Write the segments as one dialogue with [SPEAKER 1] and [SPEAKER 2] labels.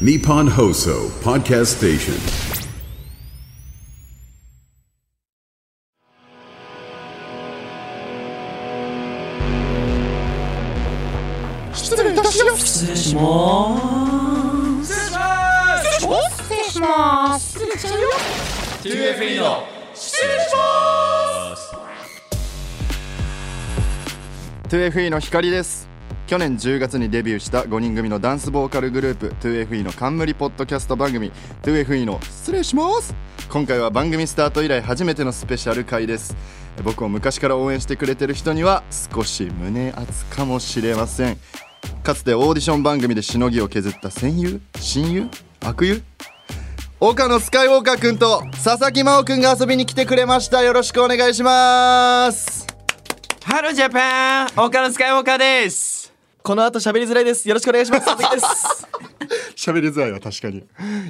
[SPEAKER 1] Nippon Hoso Podcast Station.
[SPEAKER 2] 失礼いたします失礼します失礼します失礼します失礼しちゃうよ
[SPEAKER 3] TFE の
[SPEAKER 2] 失礼しま
[SPEAKER 4] 2FE の光です去年10月にデビューした5人組のダンスボーカルグループ 2FE の冠ポッドキャスト番組 2FE の失礼します今回は番組スタート以来初めてのスペシャル回です僕を昔から応援してくれてる人には少し胸熱かもしれませんかつてオーディション番組でしのぎを削った戦友親友悪友岡野スカイウォーカーくんと佐々木真央くんが遊びに来てくれましたよろしくお願いします
[SPEAKER 3] ハロージャパン岡野スカイウォーカーですこの後喋りづらいですよろしくお願いしますです
[SPEAKER 4] 喋りづらいわ確かに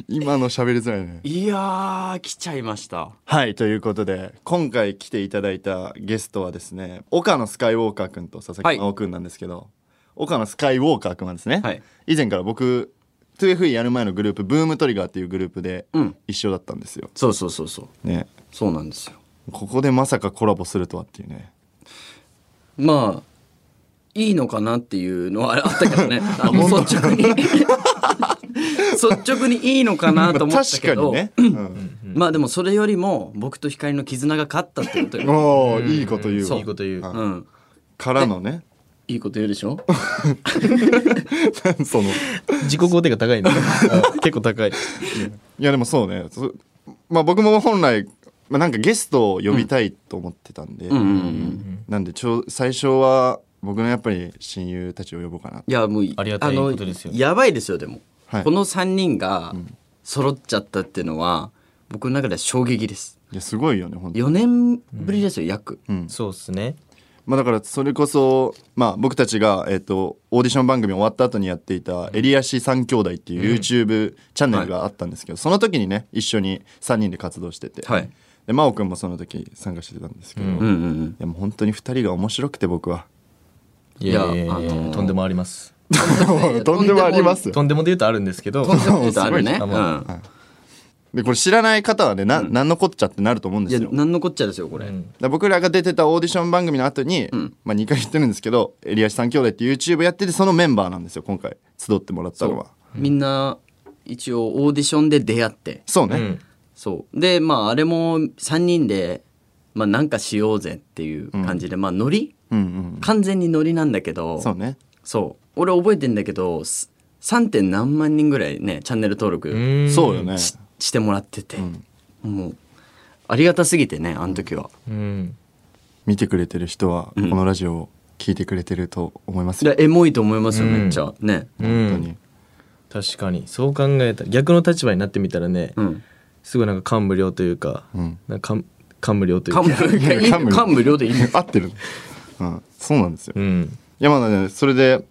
[SPEAKER 4] 今の喋りづらいね
[SPEAKER 3] いやー来ちゃいました
[SPEAKER 4] はいということで今回来ていただいたゲストはですね岡野スカイウォーカーくんと佐々
[SPEAKER 3] はい
[SPEAKER 4] 木真央くんなんですけど、岡野スカイウォーカーくんはですね、
[SPEAKER 3] はい
[SPEAKER 4] 以前から僕 2FE やる前のグループブームトリガーっていうグループで
[SPEAKER 3] うん
[SPEAKER 4] 一緒だったんですよ、
[SPEAKER 3] そうそうそうそう
[SPEAKER 4] ね
[SPEAKER 3] そうなんですよ
[SPEAKER 4] ここでまさかコラボするとはっていうね
[SPEAKER 3] まあいいのかなっていうのはあったけどね あの率直 に率直にいいのかなと思った
[SPEAKER 4] 確
[SPEAKER 3] け
[SPEAKER 4] か
[SPEAKER 3] ど、
[SPEAKER 4] にね、うん、
[SPEAKER 3] まあでもそれよりも僕と光の絆が勝ったってことよ、
[SPEAKER 4] おーいいこと言うわ
[SPEAKER 3] そういいこと
[SPEAKER 5] 言う
[SPEAKER 4] は
[SPEAKER 3] うん、
[SPEAKER 4] からのね
[SPEAKER 3] いいこと言うでしょ
[SPEAKER 4] その
[SPEAKER 5] 自己肯定が高いねうん結構高い
[SPEAKER 4] いやでもそうねそまあ僕も本来、まあ、なんかゲストを呼びたいと思ってたんで、
[SPEAKER 3] うんうんうん
[SPEAKER 4] なんでちょ最初は僕のやっぱり親友たちを呼ぼうかない
[SPEAKER 3] やもう
[SPEAKER 5] ありがたいことですよ
[SPEAKER 3] あのやばいですよでも、
[SPEAKER 4] はい
[SPEAKER 3] この3人が揃っちゃったっていうのは僕の中では衝撃です
[SPEAKER 4] いやすごいよね本当
[SPEAKER 3] 4年ぶりですよ、約、
[SPEAKER 5] そうっすね
[SPEAKER 4] まあだからそれこそ、まあ、僕たちが、えっとオーディション番組終わった後にやっていた「エリアシ三兄弟」っていう YouTube チャンネルがあったんですけど、その時にね一緒に3人で活動してて、
[SPEAKER 3] はい
[SPEAKER 4] で真央君もその時参加してたんですけど、
[SPEAKER 3] うん
[SPEAKER 4] い
[SPEAKER 3] うん うん
[SPEAKER 4] やもう本当に2人が面白くて僕 は。
[SPEAKER 5] いやいやい
[SPEAKER 3] い
[SPEAKER 5] や
[SPEAKER 3] やあのー
[SPEAKER 5] とんでもあります
[SPEAKER 4] とんでもありますよ
[SPEAKER 5] とんでもで言うとあるんですけど
[SPEAKER 3] とんでもことあるね、
[SPEAKER 5] す
[SPEAKER 3] う
[SPEAKER 5] ご
[SPEAKER 3] ん
[SPEAKER 5] いあ
[SPEAKER 4] でこれ知らない方はねな、ん、何のこっちゃってなると思うんで
[SPEAKER 3] いや
[SPEAKER 4] すよ。だか
[SPEAKER 3] なんのこっちゃですよこれ、
[SPEAKER 4] ら僕らが出てたオーディション番組の後に、まあ、2回言ってるんですけど「エリアシ三兄弟」って YouTube やっててそのメンバーなんですよ今回集ってもらったのは。
[SPEAKER 3] みんな一応オーディションで出会って
[SPEAKER 4] そうね、
[SPEAKER 5] うん
[SPEAKER 3] そうでまああれも3人で、まあ、なんかしようぜっていう感じで、まあノリ
[SPEAKER 4] うんうん
[SPEAKER 3] 完全にノリなんだけど
[SPEAKER 4] そうね
[SPEAKER 3] そう俺覚えてんだけどす 3. 点何万人ぐらいねチャンネル登録
[SPEAKER 5] うん
[SPEAKER 4] そうよね
[SPEAKER 3] し,、てもらってて、もうありがたすぎてねあの時は、
[SPEAKER 5] うん
[SPEAKER 4] 見てくれてる人はこのラジオを聞いてくれてると思いますよ、
[SPEAKER 3] でエモいと思いますよ、
[SPEAKER 5] うん
[SPEAKER 3] めっちゃね
[SPEAKER 5] うん
[SPEAKER 4] 本当に
[SPEAKER 5] 確かにそう考えたら逆の立場になってみたらね、
[SPEAKER 3] うん
[SPEAKER 5] すごいなんか感無量というか,、
[SPEAKER 4] ん
[SPEAKER 5] なんか感感無量というか
[SPEAKER 3] 感無量感無量でいいの
[SPEAKER 4] 合ってる、うん、そうなんですよ、
[SPEAKER 5] うん
[SPEAKER 4] いやまあねそれで、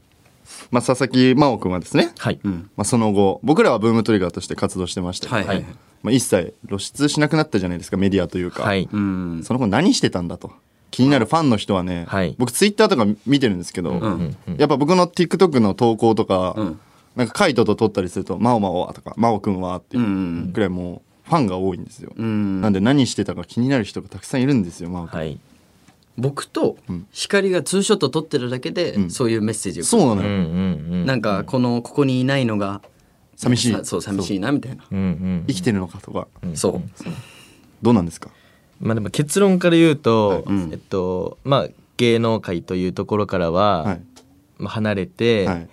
[SPEAKER 4] まあ、佐々木真央君はですね、
[SPEAKER 5] はい、
[SPEAKER 4] まあ、その後僕らはブームトリガーとして活動してましたけど、
[SPEAKER 3] はいはいはい
[SPEAKER 4] まあ、一切露出しなくなったじゃないですかメディアというか、
[SPEAKER 5] はい、
[SPEAKER 3] うん
[SPEAKER 4] その後何してたんだと気になるファンの人はね、
[SPEAKER 5] はい
[SPEAKER 4] 僕ツイッターとか見てるんですけど、
[SPEAKER 3] ん
[SPEAKER 4] やっぱ僕の TikTok の投稿とか、
[SPEAKER 3] うん
[SPEAKER 4] なんかカイトと撮ったりすると「真央真央は」とか「真央くんは」ってい
[SPEAKER 3] んうん
[SPEAKER 4] うくらいもうファンが多いんですよ、
[SPEAKER 3] ん
[SPEAKER 4] なんで何してたか気になる人がたくさんいるんですよ真央くん、
[SPEAKER 5] はい、
[SPEAKER 3] 僕と光がツーショット撮ってるだけで、そういうメッセージを
[SPEAKER 4] そうなの
[SPEAKER 5] うん
[SPEAKER 4] よ、
[SPEAKER 5] うんうん
[SPEAKER 3] なんかこのここにいないのが
[SPEAKER 4] 寂しい
[SPEAKER 3] さそう寂しいなみたいな
[SPEAKER 5] うんうん
[SPEAKER 4] 生きてるのかとか、
[SPEAKER 3] そう
[SPEAKER 4] どうなんですか
[SPEAKER 5] まあでも結論から言うと、
[SPEAKER 3] ん
[SPEAKER 5] えっとまあ芸能界というところからは、
[SPEAKER 4] はい
[SPEAKER 5] まあ、離れて、
[SPEAKER 4] はい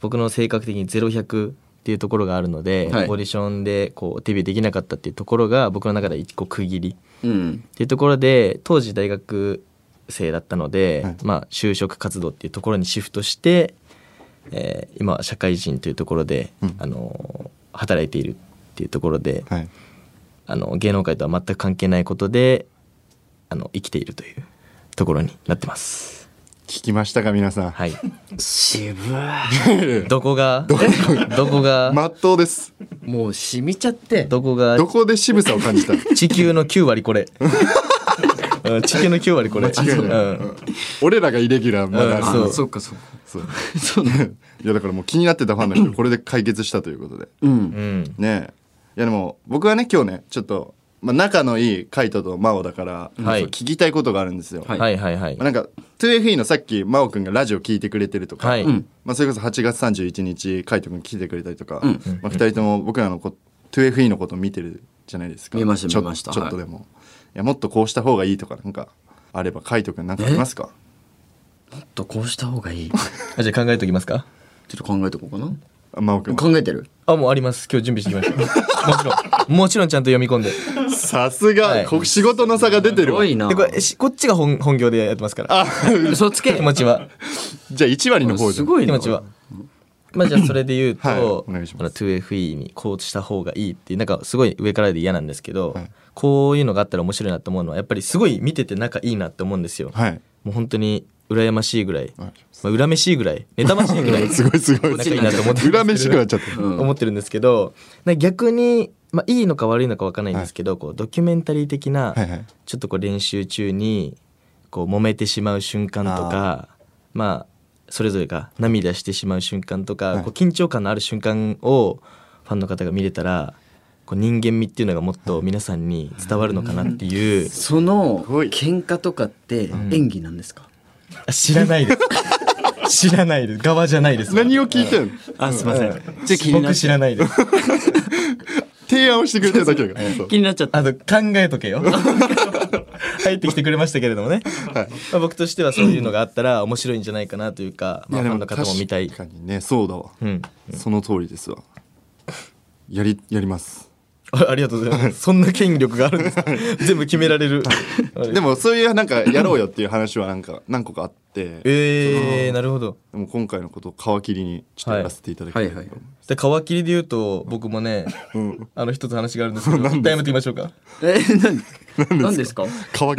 [SPEAKER 5] 僕の性格的に0100っていうところがあるので、
[SPEAKER 3] はい
[SPEAKER 5] オーディションでこうデビューできなかったっていうところが僕の中で一個区切りっ
[SPEAKER 3] うん
[SPEAKER 5] ていうところで当時大学生だったので、
[SPEAKER 4] はい
[SPEAKER 5] まあ就職活動っていうところにシフトして、えー今は社会人というところで、あのー働いているっていうところで、
[SPEAKER 4] はい
[SPEAKER 5] あの芸能界とは全く関係ないことであの生きているというところになってます。
[SPEAKER 4] 聞きましたか皆さん、
[SPEAKER 5] はい
[SPEAKER 3] 渋い
[SPEAKER 5] どこが どこが
[SPEAKER 4] まっとうです
[SPEAKER 3] もう染みちゃって
[SPEAKER 5] どこが
[SPEAKER 4] どこで渋さを感じた
[SPEAKER 5] 地球の9割こ れうん地球の9割これ
[SPEAKER 4] 間違いない
[SPEAKER 5] うん
[SPEAKER 4] 俺らがイレギュラーまだある
[SPEAKER 5] そ う
[SPEAKER 3] あそっかそっか
[SPEAKER 4] そう
[SPEAKER 3] そうね
[SPEAKER 4] いやだからもう気になってたファンの人これで解決したということで
[SPEAKER 3] うん
[SPEAKER 5] うん
[SPEAKER 4] ねえいやでも僕はね今日ねちょっと、まあ、仲のいいカイトと真央だから、
[SPEAKER 5] はい
[SPEAKER 4] ちょっと聞きたいことがあるんですよ、
[SPEAKER 3] はい
[SPEAKER 5] はいはいはい
[SPEAKER 4] まあ、なんか 2FE のさっき真央くんがラジオ聞いてくれてるとか、
[SPEAKER 5] はい
[SPEAKER 3] ん
[SPEAKER 4] まあ、それこそ8月31日カイトくん来てくれたりとか、まあ、2人とも僕らのこ 2FE のこと見てるじゃないですか
[SPEAKER 3] 見ました
[SPEAKER 4] ちょ
[SPEAKER 3] 見ました
[SPEAKER 4] ちょっとでも、い、やもっとこうした方がいいとかなんかあればカイトくんなんかありますか
[SPEAKER 3] とこうした方がいいちょ
[SPEAKER 5] あじゃあ考えときますか
[SPEAKER 3] っと考えとこうかな
[SPEAKER 4] あ真央くん
[SPEAKER 3] 考えてる
[SPEAKER 5] あもうあります今日準備してき ましたもちろんもちろんちゃんと読み込んで
[SPEAKER 4] さすが、
[SPEAKER 5] はい
[SPEAKER 4] こ仕事の差が出て
[SPEAKER 3] す
[SPEAKER 4] るわ
[SPEAKER 3] ごいな
[SPEAKER 5] でこれしこっちが本本業でやってますから
[SPEAKER 3] 嘘つけ
[SPEAKER 5] 気持ちは
[SPEAKER 4] じゃあ1割の方じゃ
[SPEAKER 3] す
[SPEAKER 4] ん
[SPEAKER 3] ごい
[SPEAKER 5] 気
[SPEAKER 3] な
[SPEAKER 5] 持ちはまあじゃあそれで言う
[SPEAKER 4] はい
[SPEAKER 5] と、
[SPEAKER 4] お願いします
[SPEAKER 5] あの 2FE にこうした方がいいっていうなんかすごい上からで嫌なんですけど、
[SPEAKER 4] はい
[SPEAKER 5] こういうのがあったら面白いなと思うのはやっぱりすごい見てて仲いいなって思うんですよ、
[SPEAKER 4] はい
[SPEAKER 5] もう本当に羨ましいぐらい、
[SPEAKER 4] はい
[SPEAKER 5] まあ、恨めしいぐらい妬ましいぐらい
[SPEAKER 4] すごいすごい。
[SPEAKER 5] 仲いいなと思って
[SPEAKER 4] 裏飯食らっちゃった。
[SPEAKER 5] 思ってるんですけど、なんか逆に、まあ、いいのか悪いのか分かんないんですけど、こうドキュメンタリー的な、
[SPEAKER 4] はいはい
[SPEAKER 5] ちょっとこう練習中にこう揉めてしまう瞬間とかまあそれぞれが涙してしまう瞬間とか、
[SPEAKER 4] はい
[SPEAKER 5] こう緊張感のある瞬間をファンの方が見れたらこう人間味っていうのがもっと皆さんに伝わるのかなっていう、
[SPEAKER 3] その
[SPEAKER 4] ごい
[SPEAKER 3] 喧嘩とかって演技なんですか、
[SPEAKER 5] あ知らないです知らないです側じゃないです
[SPEAKER 4] 何を聞いてんの
[SPEAKER 5] あすいません、
[SPEAKER 3] ちょっと気になっちゃう
[SPEAKER 5] 僕知らないです
[SPEAKER 4] 提案をしてくれてるだけだから。そう
[SPEAKER 3] 気になっちゃった
[SPEAKER 5] あの考えとけ よ入ってきてくれましたけれどもね、まあ、僕としてはそういうのがあったら面白いんじゃないかなというか、まあ、ファンの方も見たい
[SPEAKER 4] 確かにね、そうだわ。
[SPEAKER 5] うん
[SPEAKER 4] その通りですわ。やり、やります。
[SPEAKER 5] あありがとうございますそんな権力があるんですか全部決められる
[SPEAKER 4] でもそういうなんかやろうよっていう話はなんか何個かあって、で
[SPEAKER 5] えー、なるほど
[SPEAKER 4] も今回のことを皮切りにちょっとやらせていただきた
[SPEAKER 3] はいい
[SPEAKER 4] と
[SPEAKER 3] は
[SPEAKER 4] 思
[SPEAKER 3] い
[SPEAKER 4] います。
[SPEAKER 5] で皮切りで言うと僕もね、あの一つ話があるんですけど一旦やめてみましょうか
[SPEAKER 3] え何何ですか
[SPEAKER 4] 皮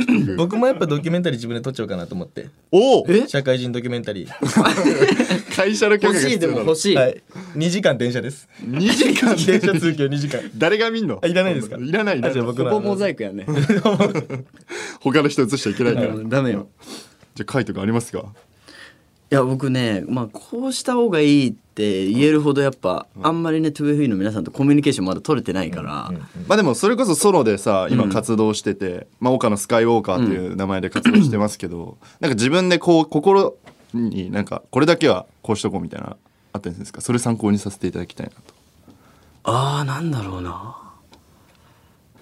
[SPEAKER 4] 切 り。
[SPEAKER 5] 僕もやっぱドキュメンタリー自分で撮っちゃおうかなと思って
[SPEAKER 4] おお
[SPEAKER 5] 社会人ドキュメンタリー、
[SPEAKER 4] 会社の許可
[SPEAKER 3] 欲
[SPEAKER 4] が
[SPEAKER 3] しい
[SPEAKER 4] 必
[SPEAKER 3] で
[SPEAKER 4] 要
[SPEAKER 3] も
[SPEAKER 4] なの
[SPEAKER 3] 欲しい、
[SPEAKER 5] はい、2時間電車です
[SPEAKER 4] 2時間
[SPEAKER 5] 電
[SPEAKER 4] で
[SPEAKER 5] 車通勤2時間
[SPEAKER 4] 誰が見んの
[SPEAKER 5] あいらないですか
[SPEAKER 4] いらないいら
[SPEAKER 5] あじゃあ
[SPEAKER 4] ない
[SPEAKER 5] 僕のあ
[SPEAKER 3] ここ
[SPEAKER 5] の
[SPEAKER 3] モザイクやね
[SPEAKER 4] 他の人映しちゃいけないから。
[SPEAKER 3] ダメよ
[SPEAKER 4] じゃあ書いとかありますか
[SPEAKER 3] いや僕ね、まあ、こうした方がいいって言えるほどやっぱ、あんまりね 2FE の皆さんとコミュニケーションまだ取れてないから、
[SPEAKER 4] まあでもそれこそソロでさ今活動してて、まあ、岡野スカイウォーカーという名前で活動してますけど、なんか自分でこう心になんかこれだけはこうしとこうみたいなあったりするんですかそれ参考にさせていただきたいなと
[SPEAKER 3] ああなんだろうな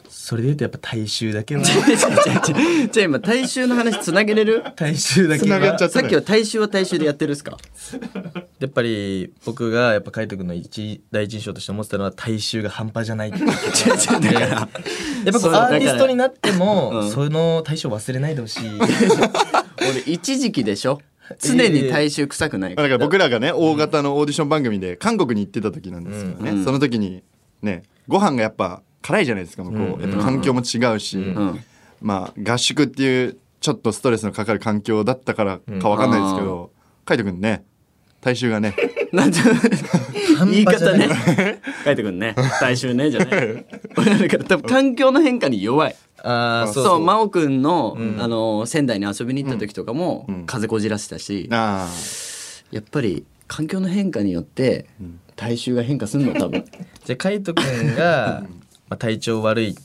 [SPEAKER 5] それで言うとやっぱ大衆だけは
[SPEAKER 3] じゃあ今大衆の話つなげれる
[SPEAKER 5] 大衆だけ
[SPEAKER 4] 繋がっ
[SPEAKER 5] は
[SPEAKER 4] ちゃ
[SPEAKER 3] さっきは大衆は大衆でやってるっすか
[SPEAKER 5] やっぱり僕がやっぱ海斗君の一第一印象として思ってたのは大衆が半端じゃ ないっていう
[SPEAKER 3] だから
[SPEAKER 5] やっぱこ
[SPEAKER 3] そううだ
[SPEAKER 5] アーティストになっても、
[SPEAKER 3] うん
[SPEAKER 5] その対象忘れないでほし い。
[SPEAKER 3] 俺一時期でしょ常に大衆臭くない
[SPEAKER 4] ま
[SPEAKER 3] か
[SPEAKER 4] あだ
[SPEAKER 3] ら
[SPEAKER 4] から僕らがね大型のオーディション番組で韓国に行ってた時なんですけどね、その時にねご飯がやっぱ辛いじゃないですか向こう、やっぱ環境も違うし、
[SPEAKER 3] ん
[SPEAKER 4] まあ合宿っていうちょっとストレスのかかる環境だったからかわかんないですけど、海斗君ね大衆 がね
[SPEAKER 3] なんて
[SPEAKER 5] 半
[SPEAKER 3] 言い
[SPEAKER 5] 端じゃ
[SPEAKER 3] 方
[SPEAKER 5] ない
[SPEAKER 3] ね書いてくんね大衆ねじゃない俺だから多分環境の変化に弱い
[SPEAKER 5] ああ、
[SPEAKER 3] そ
[SPEAKER 5] そううそう。
[SPEAKER 3] 真央くんの,、あの仙台に遊びに行った時とかも、
[SPEAKER 4] ん
[SPEAKER 3] 風こじらせたし
[SPEAKER 4] ああ
[SPEAKER 3] やっぱり環境の変化によって体臭が変化するの多分
[SPEAKER 5] じゃあ海斗君が、まあ、体調悪い、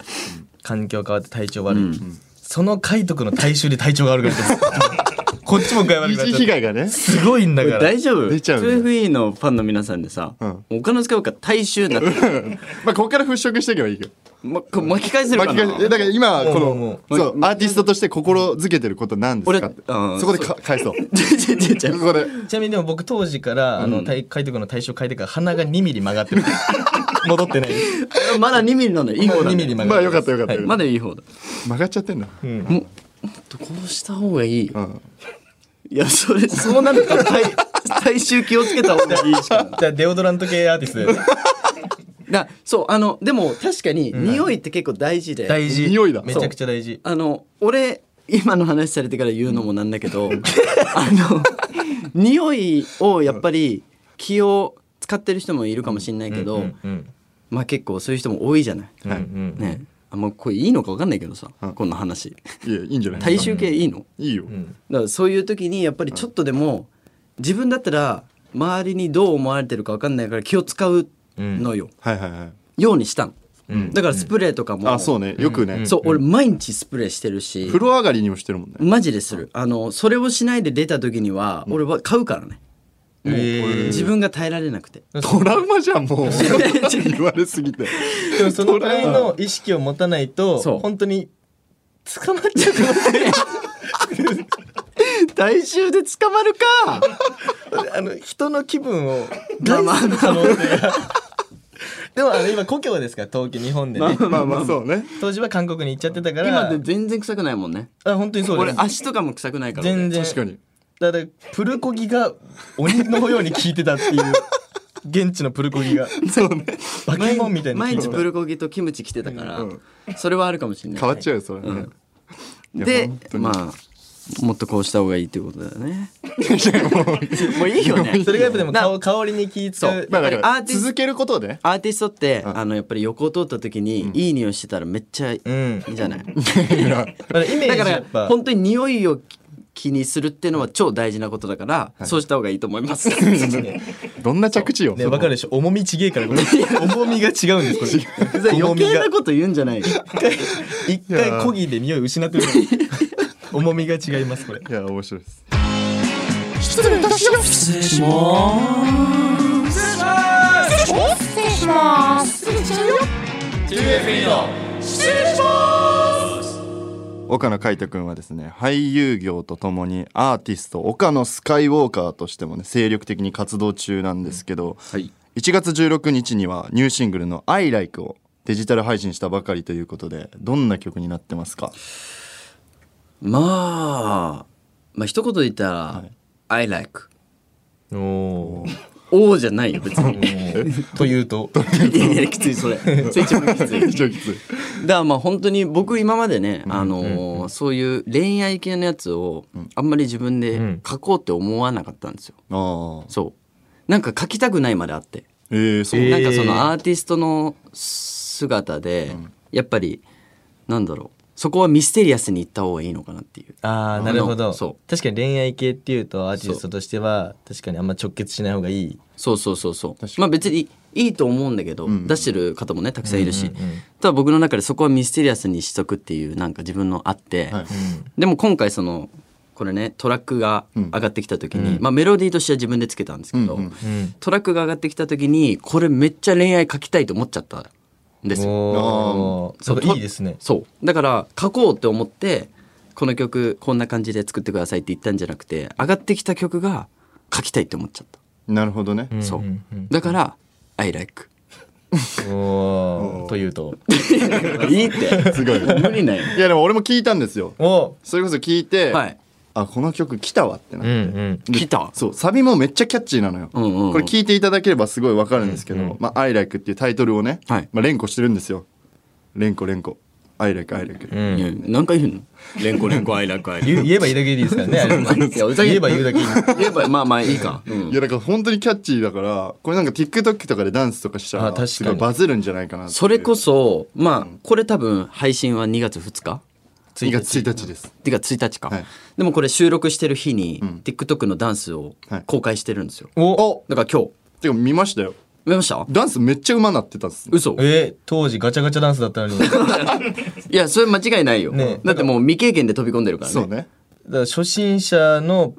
[SPEAKER 5] 環境変わって体調悪い。その海斗君の体臭で体調が悪くなっちゃった。 こっちも具合悪くなっ
[SPEAKER 4] 一時
[SPEAKER 5] ち
[SPEAKER 4] 被
[SPEAKER 5] ゃっ
[SPEAKER 4] 害がね
[SPEAKER 5] た。すごいんだから。
[SPEAKER 3] 大丈夫
[SPEAKER 4] 出ちゃうんだ
[SPEAKER 3] 2FE のファンの皆さんでさ、
[SPEAKER 4] ん
[SPEAKER 3] 他の使うから体臭になってる
[SPEAKER 4] まあここから払拭していけばいいけど
[SPEAKER 3] まこれ巻き返せるか
[SPEAKER 4] 巻き
[SPEAKER 3] な
[SPEAKER 4] 返しえだから今こ
[SPEAKER 5] もうも
[SPEAKER 4] の
[SPEAKER 3] う
[SPEAKER 4] そうアーティストとして心づけてることなんですかって
[SPEAKER 3] 俺うん
[SPEAKER 4] そこでか返 そう
[SPEAKER 3] 違う違う違う
[SPEAKER 4] ここで
[SPEAKER 5] ちなみにでも僕当時から、あの、体海斗君の体調変えてから鼻が2ミリ曲がってる。 戻ってないです。
[SPEAKER 3] まだ2ミリなのよいい
[SPEAKER 5] も
[SPEAKER 3] 方
[SPEAKER 5] う
[SPEAKER 3] だ
[SPEAKER 5] 2ミリ曲
[SPEAKER 4] ま
[SPEAKER 5] が
[SPEAKER 4] あ
[SPEAKER 5] っ
[SPEAKER 4] よ
[SPEAKER 5] てま
[SPEAKER 4] か
[SPEAKER 5] す
[SPEAKER 4] ったよかったよか
[SPEAKER 3] ま
[SPEAKER 4] っ
[SPEAKER 3] だいい方だ
[SPEAKER 4] た曲がっちゃってんだ
[SPEAKER 3] こうした方がいい、
[SPEAKER 4] ん
[SPEAKER 3] いやそれそうなると体体臭気をつけた方がいいしかない
[SPEAKER 5] じゃあデオドラント系アーティストだよね
[SPEAKER 3] だそうあのでも確かに匂いって結構大事で、
[SPEAKER 5] 大事。
[SPEAKER 4] 匂いだ
[SPEAKER 5] めちゃくちゃ大事。
[SPEAKER 3] あの俺今の話されてから言うのもなんだけど、あの匂いをやっぱり気を使ってる人もいるかもしれないけど、
[SPEAKER 5] うんうん
[SPEAKER 3] まあ結構そういう人も多いじゃない。
[SPEAKER 5] うんうん
[SPEAKER 3] ねあんまこれいいのか分かんないけどさ、こんな話
[SPEAKER 4] いやいいんじゃない
[SPEAKER 3] 体臭系いいの、
[SPEAKER 4] いいよ
[SPEAKER 3] だからそういう時にやっぱりちょっとでも自分だったら周りにどう思われてるか分かんないから気を使うのよ、
[SPEAKER 4] はいはいはい
[SPEAKER 3] ようにしたの、だからスプレーとかも、
[SPEAKER 4] あそうねよくね、
[SPEAKER 3] そう俺毎日スプレーしてるし
[SPEAKER 4] 風呂上がりにもしてるもんね
[SPEAKER 3] マジでするあのそれをしないで出た時には俺は買うからね、
[SPEAKER 5] えー
[SPEAKER 3] 自分が耐えられなくて
[SPEAKER 4] トラウマじゃんもう 言われすぎて
[SPEAKER 5] でもそのぐらいの意識を持たないと
[SPEAKER 3] そう
[SPEAKER 5] 本当に捕まっちゃうかもしれない
[SPEAKER 4] 大衆で捕まるか
[SPEAKER 5] あの人の気分を
[SPEAKER 3] まあまあ
[SPEAKER 5] 可能性がでもあの今故郷ですから東京日本でね
[SPEAKER 4] まあまあそうね
[SPEAKER 5] 当時は韓国に行っちゃってたから
[SPEAKER 3] 今って全然臭くないもんね
[SPEAKER 5] あ本当にそうで
[SPEAKER 3] 俺
[SPEAKER 5] す
[SPEAKER 3] 足とかも臭くないからね
[SPEAKER 5] 全然
[SPEAKER 4] 確かに
[SPEAKER 5] だからプルコギが鬼のように効いてたっていう現地のプルコギが
[SPEAKER 4] そうね
[SPEAKER 5] バケモンみたいな
[SPEAKER 3] 毎日プルコギとキムチ来てたから、それはあるかもしれな い
[SPEAKER 4] 変わっちゃうよそれね、
[SPEAKER 3] でまあもっとこうした方がいいっていうことだよ ねもういいよね
[SPEAKER 5] それがやっぱでも
[SPEAKER 3] な
[SPEAKER 5] 香香りに効いて
[SPEAKER 3] そう
[SPEAKER 4] まあだか
[SPEAKER 3] ア
[SPEAKER 4] ら
[SPEAKER 3] ーティス
[SPEAKER 4] 続けることで
[SPEAKER 3] アーティストって、あのやっぱり横を通った時に、いい匂いしてたらめっちゃいい
[SPEAKER 5] うん
[SPEAKER 3] んじゃない、
[SPEAKER 5] だからイメー
[SPEAKER 3] だ
[SPEAKER 5] ジ
[SPEAKER 3] か
[SPEAKER 5] や
[SPEAKER 3] ら
[SPEAKER 5] っぱ
[SPEAKER 3] 本当に匂いを気にするっていうのは超大事なことだから、そうした方がいいと思い ます
[SPEAKER 4] どんな着地よ、
[SPEAKER 5] ねわかるでしょ重みちげえからこれ重みが違うんですこれ重
[SPEAKER 3] 余
[SPEAKER 5] み
[SPEAKER 3] 計
[SPEAKER 5] が
[SPEAKER 3] なこと言うんじゃないよ
[SPEAKER 5] 一回漕ぎで匂い失 ってるから重みが違いますこれ
[SPEAKER 4] いや面白いです
[SPEAKER 2] 失礼いたします失礼します失礼します失礼します失礼します
[SPEAKER 4] 岡野海人君はですね俳優業とともにアーティスト岡野スカイウォーカーとしてもね精力的に活動中なんですけど、
[SPEAKER 3] はい
[SPEAKER 4] 1月16日にはニューシングルの「ILIKE」をデジタル配信したばかりということでどんな曲になってますか
[SPEAKER 3] まあまあ一言で言ったら「I like
[SPEAKER 5] おお」
[SPEAKER 3] 王じゃないよ別に
[SPEAKER 5] というと
[SPEAKER 3] いやいやきつい それそれ一番きつい
[SPEAKER 4] 一応きつい
[SPEAKER 3] だからまあ本当に僕今までね、あのーそういう恋愛系のやつをあんまり自分で書こうって思わなかったんですよ。
[SPEAKER 4] あー
[SPEAKER 3] そうなんか書きたくないまであって、
[SPEAKER 4] えー、そう、
[SPEAKER 5] えー
[SPEAKER 3] なんかそのアーティストの姿で、やっぱりなんだろうそこはミステリアスに行った方がいいのかなっていう。
[SPEAKER 5] ああなるほ
[SPEAKER 3] あ
[SPEAKER 5] ど
[SPEAKER 3] のそ
[SPEAKER 5] 確かに恋愛系っていうとアーティストとしては確かにあんま直結しない方がいい
[SPEAKER 3] そうそうそうそうまあ別にいいと思うんだけど、出してる方もねたくさんいるし、ただ僕の中でそこはミステリアスにしとくっていうなんか自分のあって、
[SPEAKER 4] はい
[SPEAKER 3] でも今回そのこれねトラックが上がってきた時に、まあ、メロディーとしては自分でつけたんですけど、トラックが上がってきた時にこれめっちゃ恋愛書きたいと思っちゃったんですよ。
[SPEAKER 5] おーそ
[SPEAKER 3] と
[SPEAKER 5] ういいですね
[SPEAKER 3] そうだから書こうって思ってこの曲こんな感じで作ってくださいって言ったんじゃなくて上がってきた曲が書きたいって思っちゃった。
[SPEAKER 4] なるほどね、
[SPEAKER 3] そう、だから「I like
[SPEAKER 5] おーというと」
[SPEAKER 3] いいって
[SPEAKER 4] すごい
[SPEAKER 3] 無理ない
[SPEAKER 4] いやでも俺も聞いたんですよ
[SPEAKER 5] お
[SPEAKER 4] それこそ聞いて、
[SPEAKER 3] はい
[SPEAKER 4] あこの曲来たわってなって、
[SPEAKER 5] うん
[SPEAKER 3] 来た
[SPEAKER 4] そうサビもめっちゃキャッチーなのよ、
[SPEAKER 3] んうんうん
[SPEAKER 4] これ聞いていただければすごいわかるんですけど「まあ、I like」っていうタイトルをね、
[SPEAKER 3] はい
[SPEAKER 4] まあ、連呼してるんですよ連呼連呼「I like I like」
[SPEAKER 3] いや何回言うの「連呼連呼 I like I
[SPEAKER 5] 言う言えばいいだけでいいですからねあれ は
[SPEAKER 3] いやうざい
[SPEAKER 5] 言えば言うだけいい
[SPEAKER 3] 言えばまあまあいいか、うん
[SPEAKER 4] いやだから本当にキャッチーだからこれなんか TikTok とかでダンスとかした
[SPEAKER 5] あ確からに
[SPEAKER 4] すごいバズるんじゃないかな
[SPEAKER 3] それこ
[SPEAKER 4] そ
[SPEAKER 3] そまあこれ多分配信は2月2日
[SPEAKER 4] 2月1日です
[SPEAKER 3] てか1日か、
[SPEAKER 4] はい
[SPEAKER 3] でもこれ収録してる日に TikTok のダンスを
[SPEAKER 4] はい
[SPEAKER 3] 公開してるんですよ、
[SPEAKER 5] お
[SPEAKER 4] お
[SPEAKER 3] だから今日
[SPEAKER 4] てか見ましたよ
[SPEAKER 3] 見ました
[SPEAKER 4] ダンスめっちゃうまなってたんです
[SPEAKER 3] 嘘
[SPEAKER 5] えー当時ガチャガチャダンスだった のにだか
[SPEAKER 3] いやそれ間違いないよ、
[SPEAKER 5] ねえ
[SPEAKER 3] だってもう未経験で飛び込んでるからね
[SPEAKER 4] そうね
[SPEAKER 5] ら初心者の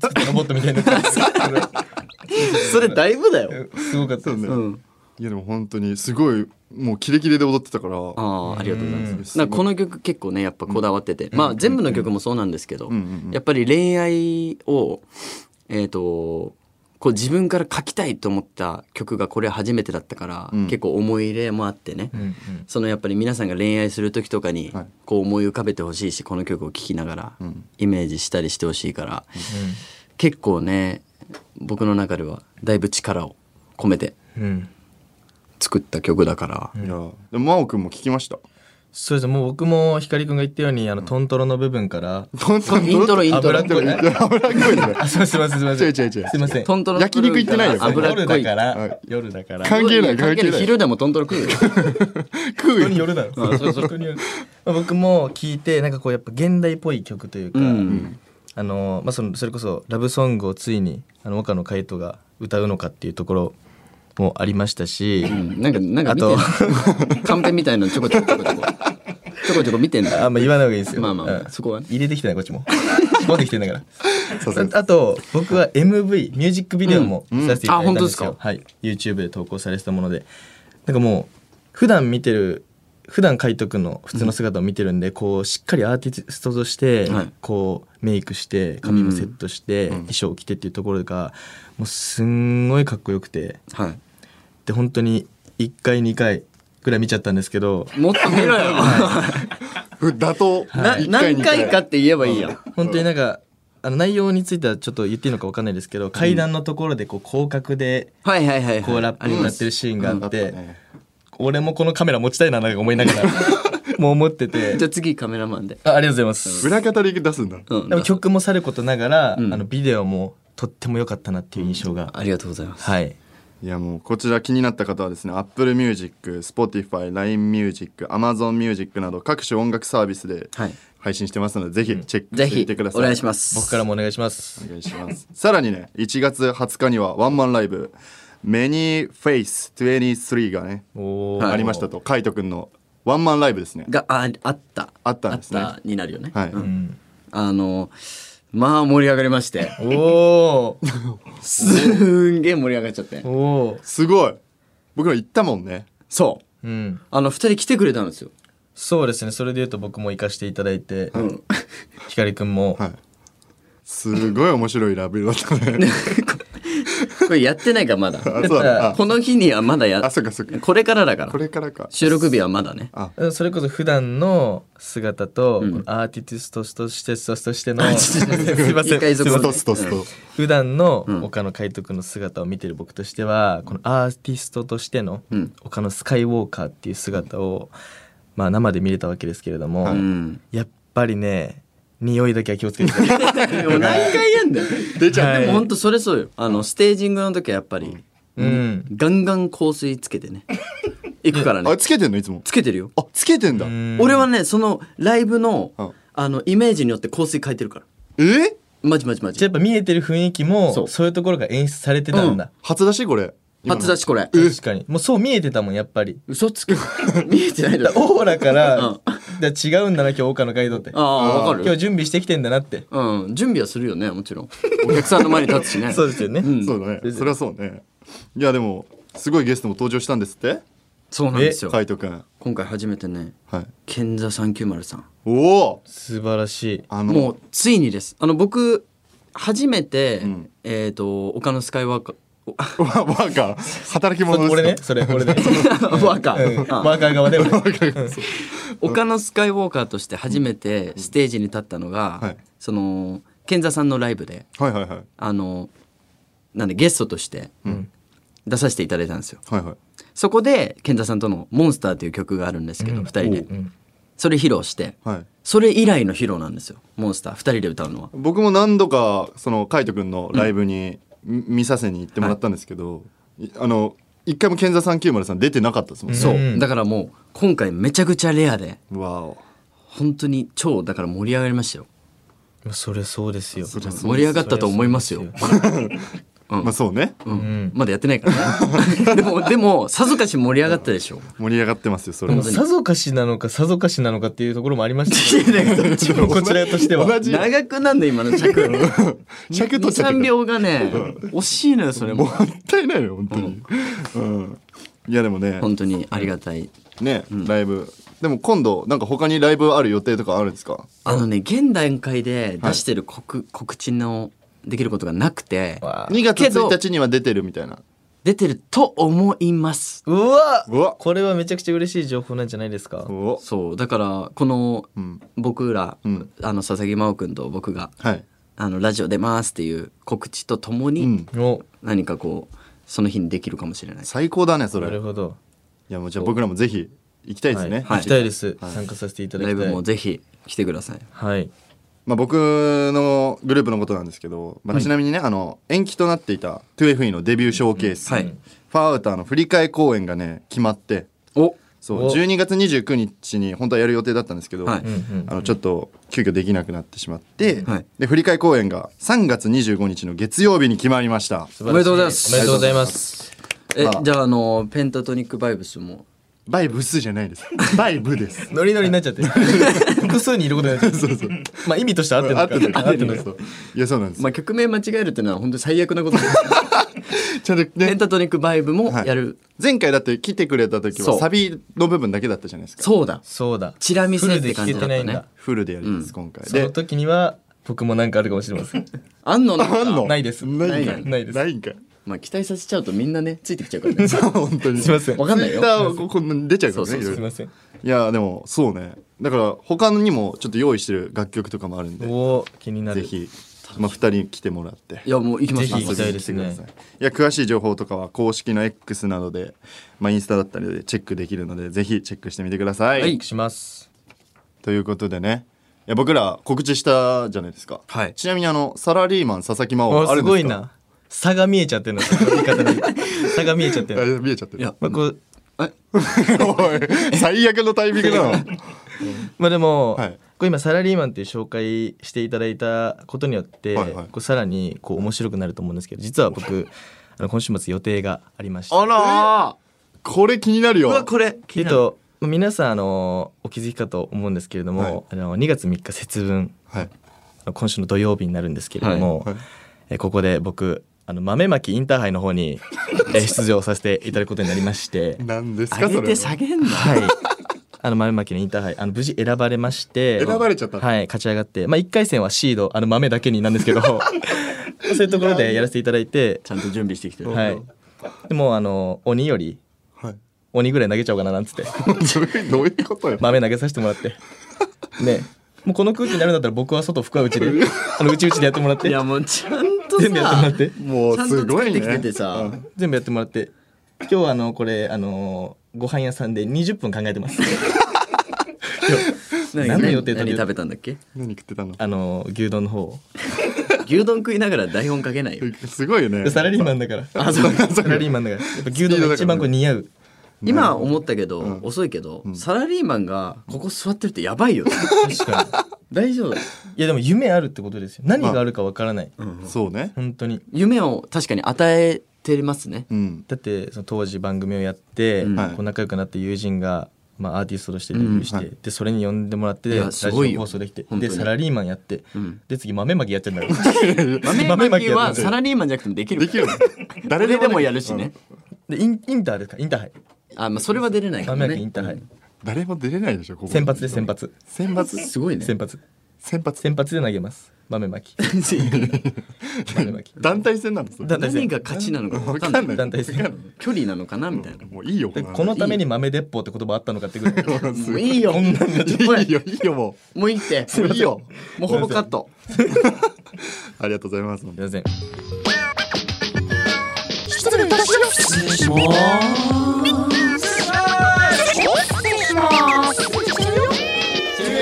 [SPEAKER 5] ロボットみた いな
[SPEAKER 3] それだいぶだよ
[SPEAKER 5] すごかった
[SPEAKER 4] そう
[SPEAKER 5] です
[SPEAKER 4] ね、いやでも本当にすごいもうキレキレで踊ってたから
[SPEAKER 3] ああありがとうございます
[SPEAKER 4] うん
[SPEAKER 3] なんかこの曲結構ねやっぱこだわってて、まあ全部の曲もそうなんですけど、やっぱり恋愛をえっ、とこう自分から書きたいと思った曲がこれ初めてだったから、結構思い入れもあってね、そのやっぱり皆さんが恋愛する時とかに
[SPEAKER 4] はい
[SPEAKER 3] こう思い浮かべてほしいしこの曲を聴きながらイメージしたりしてほしいから、結構ね僕の中ではだいぶ力を込めて
[SPEAKER 5] うん
[SPEAKER 3] 作った曲だから。
[SPEAKER 4] いやでも真央くんも聞きました
[SPEAKER 5] そうですねもう僕も光くんが言ったようにあのトントロの部分から
[SPEAKER 4] トントン
[SPEAKER 3] イントロイントロ
[SPEAKER 5] 脂っこいね
[SPEAKER 4] 脂っこいね
[SPEAKER 5] あすいませんすいませんすいません
[SPEAKER 4] 違う違う違う
[SPEAKER 5] すいません
[SPEAKER 3] トントロ
[SPEAKER 4] 焼肉行ってないよ
[SPEAKER 3] 油っ
[SPEAKER 5] 夜
[SPEAKER 3] こい
[SPEAKER 5] だか
[SPEAKER 4] はい
[SPEAKER 5] ら夜だから
[SPEAKER 4] 関係ない関係ない
[SPEAKER 3] 昼でもトントロ食う よ
[SPEAKER 4] 食う
[SPEAKER 5] 人
[SPEAKER 4] よ
[SPEAKER 5] によるだろ本当によるまあ僕も聞いてなんかこうやっぱ現代っぽい曲というか、あのまあ、そのそれこそラブソングをついにあの岡野海人が歌うのかっていうところもありましたし、
[SPEAKER 3] なんかなんか見てんのカンペみたいなのちょこちょこちょこちょこちょこちょこ見てんだ
[SPEAKER 5] あんま言わない方がいいですよ。
[SPEAKER 3] まあまあまあ
[SPEAKER 5] うん
[SPEAKER 3] そこはね
[SPEAKER 5] 入れてきてないこっちも。持ってきてんだから。
[SPEAKER 4] そうそう
[SPEAKER 5] ああと僕は MV ミュージックビデオもさせていただいたんで
[SPEAKER 3] う
[SPEAKER 5] す
[SPEAKER 3] んあ本当です
[SPEAKER 5] よ。
[SPEAKER 3] か
[SPEAKER 5] はい。YouTube で投稿されてたもので、なんかもう普段見てる普段海斗くんの普通の姿を見てるんで、こうしっかりアーティストとして、
[SPEAKER 3] はい
[SPEAKER 5] こうメイクして髪もセットして、衣装を着てっていうところがもうすんごいかっこよくて
[SPEAKER 3] は
[SPEAKER 5] で本当に1回2回ぐらい見ちゃったんですけど
[SPEAKER 3] いもっと見ろよ
[SPEAKER 4] ふ打倒
[SPEAKER 3] な
[SPEAKER 4] 一
[SPEAKER 3] 何
[SPEAKER 4] 二
[SPEAKER 3] 回かって言えばいいやん
[SPEAKER 5] 本当になんかあの内容についてはちょっと言っていいのか分かんないですけど、階段のところでこう広角で
[SPEAKER 3] はいはいはいはい
[SPEAKER 5] こうラップになってるシーンがあ
[SPEAKER 4] だ
[SPEAKER 5] っ
[SPEAKER 4] った
[SPEAKER 5] て、
[SPEAKER 4] ね
[SPEAKER 5] 俺もこのカメラ持ちたいななんか思いながらもう思ってて
[SPEAKER 3] じゃあ次カメラマンで
[SPEAKER 5] あありがとうございます、
[SPEAKER 4] 裏語り出すんだ
[SPEAKER 3] うん
[SPEAKER 5] でも曲もさることながら、
[SPEAKER 3] ん
[SPEAKER 5] あのビデオもとっても良かったなっていう印象が、
[SPEAKER 3] ありがとうございます
[SPEAKER 5] はい
[SPEAKER 4] いやもうこちら気になった方はですね Apple Music、Spotify、LINE Music、Amazon Music など各種音楽サービスで
[SPEAKER 3] はい
[SPEAKER 4] 配信してますので、ぜひチェック
[SPEAKER 3] ぜ
[SPEAKER 4] してみ
[SPEAKER 3] ひ
[SPEAKER 4] てくださ
[SPEAKER 3] お
[SPEAKER 4] い。
[SPEAKER 3] 願いします
[SPEAKER 5] 僕からもお願いします
[SPEAKER 4] お願いします。さらにね、1月20日にはワンマンライブ、Many Face 23がね、
[SPEAKER 5] おー
[SPEAKER 3] はい
[SPEAKER 4] ありましたと、海斗くんのワンマンライブですね。
[SPEAKER 3] がああった
[SPEAKER 4] あったんですね
[SPEAKER 3] あったになるよね、
[SPEAKER 4] はい。
[SPEAKER 5] うん
[SPEAKER 3] あのまあ盛り上がりまして
[SPEAKER 5] おー
[SPEAKER 3] すんげえ盛り上がっちゃって
[SPEAKER 5] おー
[SPEAKER 4] すごい僕ら行ったもんね。
[SPEAKER 3] そう
[SPEAKER 5] うん
[SPEAKER 3] あの2人来てくれたんですよ
[SPEAKER 5] そうですねそれで言うと僕も行かせていただいて、
[SPEAKER 3] ん
[SPEAKER 5] 光くんも、
[SPEAKER 4] はい。すごい面白いライブだったね。
[SPEAKER 3] これやってないからまだ
[SPEAKER 4] あ、そうだ、ね。
[SPEAKER 3] この日にはまだや
[SPEAKER 4] あ、あそうかそうか。
[SPEAKER 3] これからだから
[SPEAKER 4] これからか。
[SPEAKER 3] 収録日はまだね
[SPEAKER 5] うんそれこそ普段の姿と、アーティストとしてとして のすいませ
[SPEAKER 3] 一回
[SPEAKER 5] ん
[SPEAKER 3] そ
[SPEAKER 5] すい
[SPEAKER 3] こ
[SPEAKER 5] ま
[SPEAKER 4] ス
[SPEAKER 5] せん
[SPEAKER 4] トストスト。
[SPEAKER 5] 普段の岡野海斗君の姿を見てる僕としては、このアーティストとしての
[SPEAKER 3] うん
[SPEAKER 5] 岡野スカイウォーカーっていう姿を、まあ、生で見れたわけですけれども、
[SPEAKER 3] うん
[SPEAKER 5] やっぱりね匂いだけは気をつけてくだ さい
[SPEAKER 3] でも何回やんだよ
[SPEAKER 4] 出ちゃ
[SPEAKER 5] は
[SPEAKER 4] っ
[SPEAKER 5] い
[SPEAKER 3] でもほんとそれそうよあのステージングの時はやっぱり
[SPEAKER 5] うん
[SPEAKER 3] ガンガン香水つけてね行くから
[SPEAKER 4] た。あ、
[SPEAKER 3] ね
[SPEAKER 4] つけてんのいつも。
[SPEAKER 3] つけてるよ
[SPEAKER 4] あ、つけてんだ。
[SPEAKER 3] 俺はねそのライブの
[SPEAKER 4] うん
[SPEAKER 3] あのイメージによって香水変えてるから
[SPEAKER 4] え
[SPEAKER 3] マジマジマ
[SPEAKER 5] じゃあ
[SPEAKER 3] ジ
[SPEAKER 5] やっぱ見えてる雰囲気も
[SPEAKER 3] そ
[SPEAKER 5] そうういうところが演出されてたんだ、
[SPEAKER 4] 初出しこれ。今の
[SPEAKER 3] 初出しこれ
[SPEAKER 5] 確かにもうそう見えてたもんやっぱり
[SPEAKER 3] 嘘つく見えてないだ ろ
[SPEAKER 5] オーラから、
[SPEAKER 3] うん
[SPEAKER 5] だから違うんだな今日岡野海斗って
[SPEAKER 3] ああわか
[SPEAKER 5] 今日
[SPEAKER 3] る
[SPEAKER 5] 準備してきてんだなって
[SPEAKER 3] うん準備はするよねもちろんお客さんの前に立つしね
[SPEAKER 5] そうですよね、
[SPEAKER 3] うん
[SPEAKER 4] そうだね。それはそうね。いやでもすごいゲストも登場したんですって。
[SPEAKER 3] そうなんですよ
[SPEAKER 4] 海斗くん。
[SPEAKER 3] 今回初めてね
[SPEAKER 4] はい。
[SPEAKER 3] 賢座390さん
[SPEAKER 4] おお。
[SPEAKER 5] 素晴らしい
[SPEAKER 4] あの
[SPEAKER 3] もうついにですあの僕初めて、
[SPEAKER 4] ん
[SPEAKER 3] えっ、と岡野スカイワーカーお あ
[SPEAKER 4] ワーカー働き者ですか。
[SPEAKER 5] 俺ねそれ俺ね
[SPEAKER 3] ワーカー、
[SPEAKER 5] うん
[SPEAKER 3] あ
[SPEAKER 5] マーカー側で俺
[SPEAKER 3] 岡野スカイウォーカーとして初めてステージに立ったのが、
[SPEAKER 4] はい
[SPEAKER 3] その賢座さんのライブで
[SPEAKER 4] はいはいはい
[SPEAKER 3] あのなんでゲストとして出させていただいたんですよ、
[SPEAKER 4] はいはい。
[SPEAKER 3] そこで賢座さんとの「モンスター」という曲があるんですけど、二人で、それ披露して、
[SPEAKER 4] はい
[SPEAKER 3] それ以来の披露なんですよ「モンスター」二人で歌うのは
[SPEAKER 4] 僕も何度かその海斗くんのライブにみ見させに行ってもらったんですけど、いあの一回も健座さん九丸さん出てなかったですもんね。
[SPEAKER 3] そう、だからもう今回めちゃくちゃレアで
[SPEAKER 4] う。わお。
[SPEAKER 3] 本当に超だから盛り上がりましたよ
[SPEAKER 5] それそうですよ
[SPEAKER 3] 盛り上がったと思いますよ、
[SPEAKER 4] まあそうね。
[SPEAKER 3] うんまだやってないからねでもでもさぞかし盛り上がったでしょ
[SPEAKER 4] 盛り上がってますよそれ
[SPEAKER 5] でも
[SPEAKER 4] は。
[SPEAKER 5] さぞかしなのかさぞかしなのかっていうところもありましたけどこちらとしては
[SPEAKER 4] 同じ
[SPEAKER 3] 長くなんの今の尺
[SPEAKER 4] 尺取っちゃって
[SPEAKER 3] 23
[SPEAKER 4] る。
[SPEAKER 3] 秒がね惜しいのよそれ
[SPEAKER 4] も
[SPEAKER 3] も
[SPEAKER 4] ったいないよ本当に。うん。いやでもね。
[SPEAKER 3] 本当にありがたい
[SPEAKER 4] ね、ライブでも今度なんか他にライブある予定とかあるんですか
[SPEAKER 3] あのね現段階で出してる告,、告知のできることがなくて
[SPEAKER 5] わあ
[SPEAKER 4] 2月
[SPEAKER 3] けど
[SPEAKER 4] 1日には出てるみたいな
[SPEAKER 3] 出てると思います
[SPEAKER 5] うわ
[SPEAKER 4] うわ
[SPEAKER 5] これはめちゃくちゃ嬉しい情報なんじゃないですか
[SPEAKER 4] お
[SPEAKER 3] そうだからこの
[SPEAKER 4] うん
[SPEAKER 3] 僕ら、
[SPEAKER 4] うん
[SPEAKER 3] あの佐々木真央君と僕が
[SPEAKER 4] はい
[SPEAKER 3] あのラジオ出ますっていう告知とともに、
[SPEAKER 4] うん
[SPEAKER 5] お
[SPEAKER 3] 何かこうその日にできるかもしれない
[SPEAKER 4] 最高だねそ
[SPEAKER 5] なる
[SPEAKER 4] れい
[SPEAKER 5] ほど
[SPEAKER 4] やもうじゃあ僕らもぜひ行きたいですね、
[SPEAKER 5] はい、行きたいです、
[SPEAKER 4] はい
[SPEAKER 5] 参加させていただ
[SPEAKER 3] ライ
[SPEAKER 5] きた
[SPEAKER 3] ブ
[SPEAKER 5] い
[SPEAKER 3] もぜひ来てください
[SPEAKER 5] はい
[SPEAKER 4] まあ、僕のグループのことなんですけど、まあ、ちなみにね、あの延期となっていた 2FE のデビューショーケース、
[SPEAKER 3] はい
[SPEAKER 4] ファーアウターの振り替え公演がね決まって
[SPEAKER 3] お
[SPEAKER 4] そう
[SPEAKER 5] お
[SPEAKER 4] 12月29日に本当はやる予定だったんですけど、
[SPEAKER 3] はいう
[SPEAKER 5] うんうん
[SPEAKER 4] あのちょっと急遽できなくなってしまって、
[SPEAKER 3] はい
[SPEAKER 4] で振り替え公演が3月25日の月曜日に決まりました
[SPEAKER 5] 素晴らし
[SPEAKER 3] おめでとうございます
[SPEAKER 5] おめでとうございます。
[SPEAKER 3] え
[SPEAKER 4] まあ
[SPEAKER 3] じゃああのペンタトニックバイブスも
[SPEAKER 4] バイブスじゃないですバイブです
[SPEAKER 5] ノリノリになっちゃって。複数にいることになっちゃって。まあ意味として合ってる
[SPEAKER 4] 合
[SPEAKER 5] の
[SPEAKER 4] って
[SPEAKER 5] か。
[SPEAKER 4] る合
[SPEAKER 5] 合
[SPEAKER 4] っ
[SPEAKER 5] ってて
[SPEAKER 4] る
[SPEAKER 5] るの
[SPEAKER 4] そういやそうなんです、
[SPEAKER 3] まあ曲名間違えるっていうのは本当に最悪なことです
[SPEAKER 4] ちゃんと
[SPEAKER 3] ペ
[SPEAKER 4] ね
[SPEAKER 3] ンタトニックバイブもやる、
[SPEAKER 4] 前回だって来てくれた時
[SPEAKER 3] そ
[SPEAKER 4] は
[SPEAKER 3] う
[SPEAKER 4] サビの部分だけだったじゃないですか
[SPEAKER 3] そうだ
[SPEAKER 5] そうだ。
[SPEAKER 3] チラ見せ
[SPEAKER 5] フ
[SPEAKER 3] っ
[SPEAKER 5] ルで
[SPEAKER 3] て感
[SPEAKER 5] 聞け
[SPEAKER 3] じだ
[SPEAKER 5] て
[SPEAKER 3] っ
[SPEAKER 5] な
[SPEAKER 3] た
[SPEAKER 5] いんだ
[SPEAKER 3] ね。
[SPEAKER 4] フルでやります、今回
[SPEAKER 5] その
[SPEAKER 4] で
[SPEAKER 5] 時には僕もなんかあるかもしれ ません。
[SPEAKER 3] あんのなんか
[SPEAKER 4] あんの
[SPEAKER 5] ないです
[SPEAKER 4] ないんか
[SPEAKER 5] ないいないです
[SPEAKER 4] ないんか い
[SPEAKER 3] まあ期待させちゃうとみんなねついてきちゃうからね
[SPEAKER 4] 本当に
[SPEAKER 5] すいません
[SPEAKER 3] わかんないよ
[SPEAKER 4] Twitter をここに出ちゃうから
[SPEAKER 3] そう
[SPEAKER 4] ね
[SPEAKER 3] そう
[SPEAKER 4] い
[SPEAKER 3] そ
[SPEAKER 4] ろ
[SPEAKER 5] す
[SPEAKER 4] い
[SPEAKER 5] い
[SPEAKER 4] ろ
[SPEAKER 5] ません。
[SPEAKER 4] いやでもそうねだから他にもちょっと用意してる楽曲とかもあるんで
[SPEAKER 5] おお気にな
[SPEAKER 4] ぜ
[SPEAKER 5] る。
[SPEAKER 4] ひ、まあ、2人に来てもらって
[SPEAKER 3] いやもう行きます
[SPEAKER 5] ぜひ行きたいです
[SPEAKER 4] くだ
[SPEAKER 5] ね
[SPEAKER 4] さい。いや詳しい情報とかは公式の X などで、まあ、インスタだったりでチェックできるのでぜひチェックしてみてください。
[SPEAKER 3] はい
[SPEAKER 5] します。
[SPEAKER 4] ということでねいや僕ら告知したじゃないですか、
[SPEAKER 3] はい
[SPEAKER 4] ちなみにあのサラリーマン佐々木真央
[SPEAKER 5] お
[SPEAKER 4] ある
[SPEAKER 5] す
[SPEAKER 4] んですか
[SPEAKER 5] ごいな。差が見えちゃってるの。その 言い方に差が見えちゃって
[SPEAKER 4] あ
[SPEAKER 5] る。
[SPEAKER 4] 見えちゃってる
[SPEAKER 3] いや
[SPEAKER 5] まあこう
[SPEAKER 4] おい最悪のタイミングなの
[SPEAKER 5] まあでも、
[SPEAKER 4] はい
[SPEAKER 5] こう今サラリーマンっていう紹介していただいたことによって、
[SPEAKER 4] はいはい
[SPEAKER 5] こうさらにこう面白くなると思うんですけど実は僕あの今週末予定がありまして
[SPEAKER 3] あら
[SPEAKER 4] これ気になる
[SPEAKER 3] ー
[SPEAKER 4] よ
[SPEAKER 3] うわこれ
[SPEAKER 5] えっとまあ皆さんあのお気づきかと思うんですけれども、
[SPEAKER 4] はい
[SPEAKER 5] あの2月3日節分
[SPEAKER 4] はい
[SPEAKER 5] あの今週の土曜日になるんですけれども、
[SPEAKER 4] はいはい
[SPEAKER 5] えーここで僕あの豆まきインターハイの 方に、えー出場させていただくことになりまして
[SPEAKER 4] 何ですか
[SPEAKER 3] 上
[SPEAKER 4] そ
[SPEAKER 3] げ
[SPEAKER 4] れ
[SPEAKER 3] て下げんの
[SPEAKER 5] はい。あの豆まきのインターハイあの無事選ばれまして
[SPEAKER 4] 選ばれちゃったの
[SPEAKER 5] はい勝ち上がってまあ1回戦はシードあの豆だけになんですけ どそういうところでやらせていただいて
[SPEAKER 3] ちゃんと準備してきてる、
[SPEAKER 5] はいでもあの鬼より
[SPEAKER 4] はい
[SPEAKER 5] 鬼ぐらい投げちゃおうかななん つって
[SPEAKER 4] それどういうことよ、
[SPEAKER 5] 豆投げさせてもらってねもうこの空気になるんだったら僕は外服はうち であのうちうちでやってもらって
[SPEAKER 3] いやもうちゃんと
[SPEAKER 5] 全部やってもら
[SPEAKER 3] さ
[SPEAKER 5] って
[SPEAKER 4] もう
[SPEAKER 3] ちゃんと
[SPEAKER 4] すご
[SPEAKER 3] 作
[SPEAKER 4] い
[SPEAKER 3] っ
[SPEAKER 4] ね
[SPEAKER 3] てきててさ、
[SPEAKER 5] 全部やってもらって今日はあのこれあのご飯屋さんで20分考えてます 今日何の予定
[SPEAKER 3] 何
[SPEAKER 5] 立て
[SPEAKER 3] 食べたんだっけ
[SPEAKER 4] 何食ってたの
[SPEAKER 5] あの牛丼の方を
[SPEAKER 3] 牛丼食いながら台本書けないよ
[SPEAKER 4] すごいよね
[SPEAKER 5] でサラリーマンだから。
[SPEAKER 4] あそうかそ
[SPEAKER 5] サ
[SPEAKER 4] うか
[SPEAKER 5] ラリーマンだから。やっぱ牛丼が一番こう似合う。
[SPEAKER 3] 今思ったけど、遅いけど、サラリーマンがここ座ってるってやばいよね
[SPEAKER 5] 確か
[SPEAKER 3] 大丈夫
[SPEAKER 5] に。いやでも夢あるってことですよ。何があるかわからない。
[SPEAKER 4] そうね
[SPEAKER 5] 本当に。
[SPEAKER 3] 夢を確かに与えてます ね、
[SPEAKER 4] うん
[SPEAKER 5] だってその当時番組をやって、
[SPEAKER 3] うん
[SPEAKER 5] こう仲良くなった友人が、まあ、アーティストとしてデビューして、
[SPEAKER 4] うんは
[SPEAKER 5] でそれに呼んでもらって
[SPEAKER 3] い
[SPEAKER 5] ラ
[SPEAKER 3] や
[SPEAKER 5] ジ
[SPEAKER 3] す
[SPEAKER 5] オ
[SPEAKER 3] ごいよ
[SPEAKER 5] 放送できて
[SPEAKER 3] 本当
[SPEAKER 5] で
[SPEAKER 3] に
[SPEAKER 5] サラリーマンやって、
[SPEAKER 3] ん
[SPEAKER 5] で次豆まきやっちゃうんだよ
[SPEAKER 3] 豆まき
[SPEAKER 5] やっ
[SPEAKER 3] は
[SPEAKER 5] てん
[SPEAKER 3] サ
[SPEAKER 5] だよ
[SPEAKER 3] ラリーマンじゃなくてもできる
[SPEAKER 4] できるよ誰
[SPEAKER 3] 誰でもやるしね、
[SPEAKER 5] でインインターですかインターハイ
[SPEAKER 3] あ、まあ、それは出れないから
[SPEAKER 5] 豆まきイ
[SPEAKER 3] ね
[SPEAKER 5] ンターハイ、
[SPEAKER 4] 誰も出れないでしょここ
[SPEAKER 5] 先発です先発
[SPEAKER 4] 先発
[SPEAKER 3] すごいね
[SPEAKER 5] 先発
[SPEAKER 4] 先発
[SPEAKER 5] 先発で投げます豆ま き豆まき
[SPEAKER 4] 団体戦なんです
[SPEAKER 5] だ団体戦
[SPEAKER 3] 何が勝ちなのか
[SPEAKER 4] わ
[SPEAKER 3] 分
[SPEAKER 4] か
[SPEAKER 3] か
[SPEAKER 4] んな
[SPEAKER 3] んないい
[SPEAKER 5] 団体戦
[SPEAKER 3] 距離なのかなみたいな
[SPEAKER 4] もういいよ
[SPEAKER 5] で
[SPEAKER 4] この話
[SPEAKER 5] このために豆鉄砲って言葉あったのかってぐら い
[SPEAKER 3] もういいよもう
[SPEAKER 4] いいよいいよも
[SPEAKER 3] もういいって
[SPEAKER 4] ういいよ
[SPEAKER 3] もうほぼカット
[SPEAKER 4] ありがとうございます
[SPEAKER 5] すいません。
[SPEAKER 2] 失礼いたします失礼します失礼します失礼します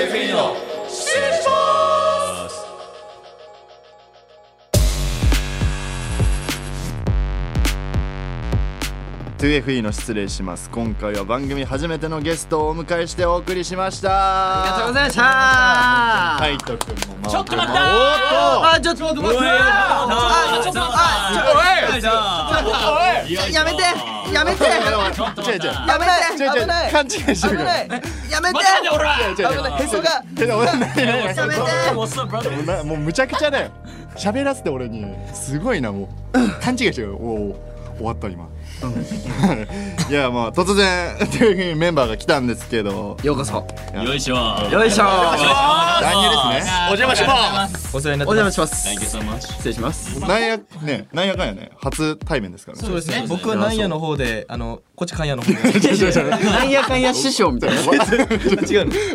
[SPEAKER 4] 2FE の失礼します今回は番組初めてのゲストをお迎えしてお送りしました
[SPEAKER 3] ありがとうございました
[SPEAKER 4] は
[SPEAKER 3] はい
[SPEAKER 4] いとくんもちょっと
[SPEAKER 3] あちょっと待ってあちょっとあちょっとおいおいやめてやめて
[SPEAKER 4] 違う違う
[SPEAKER 3] やめて
[SPEAKER 4] 違う違う勘違いしてるから
[SPEAKER 3] やめて
[SPEAKER 4] 違う違う違う
[SPEAKER 3] へそが
[SPEAKER 4] えでもないないない
[SPEAKER 3] やめて
[SPEAKER 4] もうなもうむちゃくちゃだよ喋らせて俺にすごいなもう勘違いしてるおお終わった今いやまあ突然 というふうにメンバーが来たんですけど
[SPEAKER 3] ようこそ
[SPEAKER 6] よいしょ
[SPEAKER 3] よいしょ
[SPEAKER 4] 乱入ですね
[SPEAKER 6] お邪魔します
[SPEAKER 5] お世話になっ
[SPEAKER 3] お
[SPEAKER 5] て
[SPEAKER 3] 邪魔
[SPEAKER 5] ます。
[SPEAKER 3] します失礼し ます
[SPEAKER 4] なんやねなんやかんやね初対面ですからね
[SPEAKER 5] そうですね。僕はなんやの方で、あの、こっちかんやの方で。違
[SPEAKER 3] なんやかんや師匠みたい な
[SPEAKER 5] うの。
[SPEAKER 4] わ